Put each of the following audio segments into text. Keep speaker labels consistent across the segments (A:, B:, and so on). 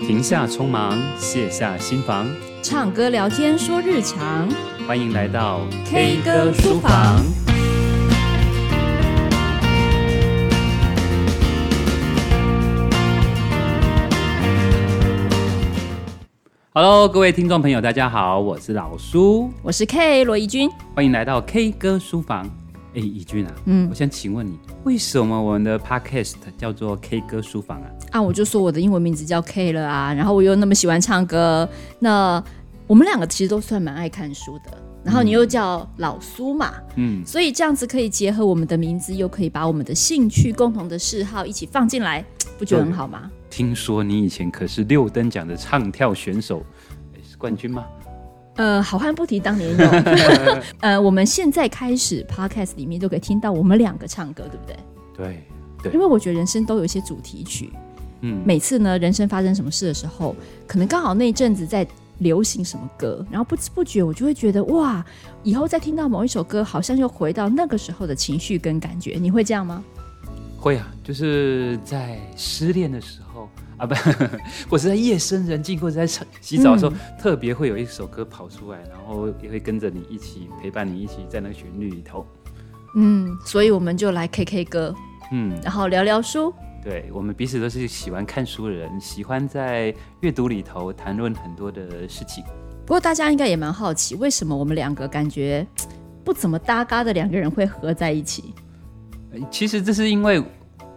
A: 停下匆忙，卸下心防，
B: 唱歌聊天说日常
A: 欢迎来到
B: K 歌书房。
A: Hello，各位听众朋友，大家好，我是老苏，
B: 我是 K 罗怡君。
A: 欢迎来到 K 歌书房。哎，怡君啊，
B: 嗯
A: 我想请问你，为什么我们的 Podcast 叫做 K 歌书房啊？
B: 啊，我就说我的英文名字叫 K 了啊，然后我又那么喜欢唱歌，那我们两个其实都算蛮爱看书的。然后你又叫老苏嘛，
A: 嗯，
B: 所以这样子可以结合我们的名字，又可以把我们的兴趣、共同的嗜好一起放进来，不觉得很好吗？
A: 听说你以前可是六等奖的唱跳选手，哎是冠军吗？
B: 呃，好汉不提当年勇。 呃，我们现在开始 podcast 里面就可以听到我们两个唱歌，对不对？
A: 对，
B: 因为我觉得人生都有一些主题曲，
A: 嗯，
B: 每次呢，人生发生什么事的时候，可能刚好那一阵子在流行什么歌，然后不知不觉我就会觉得哇，以后再听到某一首歌，好像又回到那个时候的情绪跟感觉。你会这样吗？
A: 会啊，就是在失恋的时候啊，不， 或是在夜深人静，或者在上洗澡的时候，特别会有一首歌跑出来，然后也会跟着你一起陪伴你，一起在那个旋律里头。
B: 嗯，所以我们就来 K K 歌，
A: 嗯，
B: 然后聊聊书。
A: 对，我们彼此都是喜欢看书的人，喜欢在阅读里头谈论很多的事情。
B: 不过大家应该也蛮好奇，为什么我们两个感觉不怎么搭嘎的两个人会合在一起？
A: 呃其实这是因为，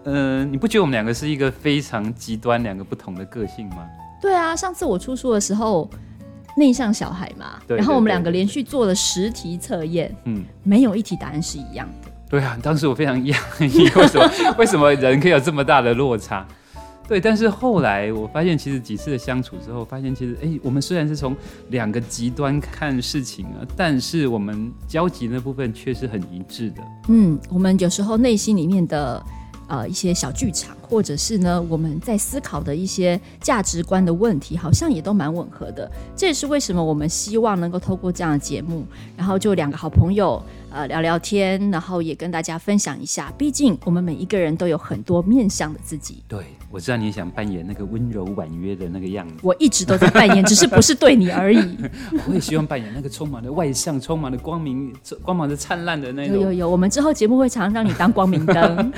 A: 呃，你不觉得我们两个是一个非常极端、两个不同的个性吗？
B: 对啊，上次我出书的时候，内向小孩嘛，
A: 对
B: 然后我们
A: 对对
B: 两个
A: 对
B: 连续做了十题测验，
A: 嗯，
B: 没有一题答案是一样的。
A: 对啊，当时我非常 讶异，为什么 为什么人可以有这么大的落差？对，但是后来我发现，其实几次的相处之后，发现其实，哎，我们虽然是从两个极端看事情啊，但是我们交集那部分却是很一致的。
B: 嗯，我们有时候内心里面的呃一些小剧场，或者是呢我们在思考的一些价值观的问题，好像也都蛮吻合的。这也是为什么我们希望能够透过这样的节目，然后就两个好朋友呃聊聊天，然后也跟大家分享一下。毕竟我们每一个人都有很多面向的自己。
A: 对，我知道你想扮演那个温柔婉约的那个样子，
B: 我一直都在扮演，只是不是对你而已。
A: 我也希望扮演那个充满了外向、充满了光明、光芒的灿烂的那
B: 有
A: 种
B: 有有，我们之后节目会常让你当光明灯。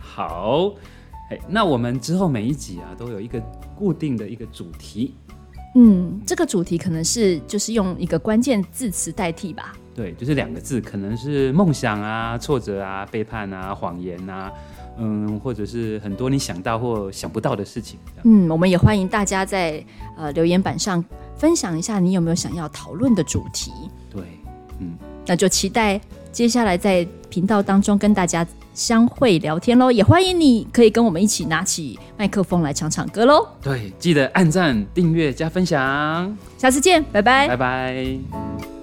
A: 好，哎，那我们之后每一集啊都有一个固定的一个主题。
B: 嗯，这个主题可能是就是用一个关键字词代替吧。
A: 对，就是两个字，可能是梦想啊、挫折啊、背叛啊、谎言啊，嗯，或者是很多你想到或想不到的事情。这样
B: 嗯，我们也欢迎大家在呃留言板上分享一下你有没有想要讨论的主题。
A: 对，嗯，
B: 那就期待接下来在频道当中跟大家相会聊天喽，也欢迎你可以跟我们一起拿起麦克风来唱唱歌喽。
A: 对，记得按赞、订阅、加分享，
B: 哎下次见，拜拜
A: 拜拜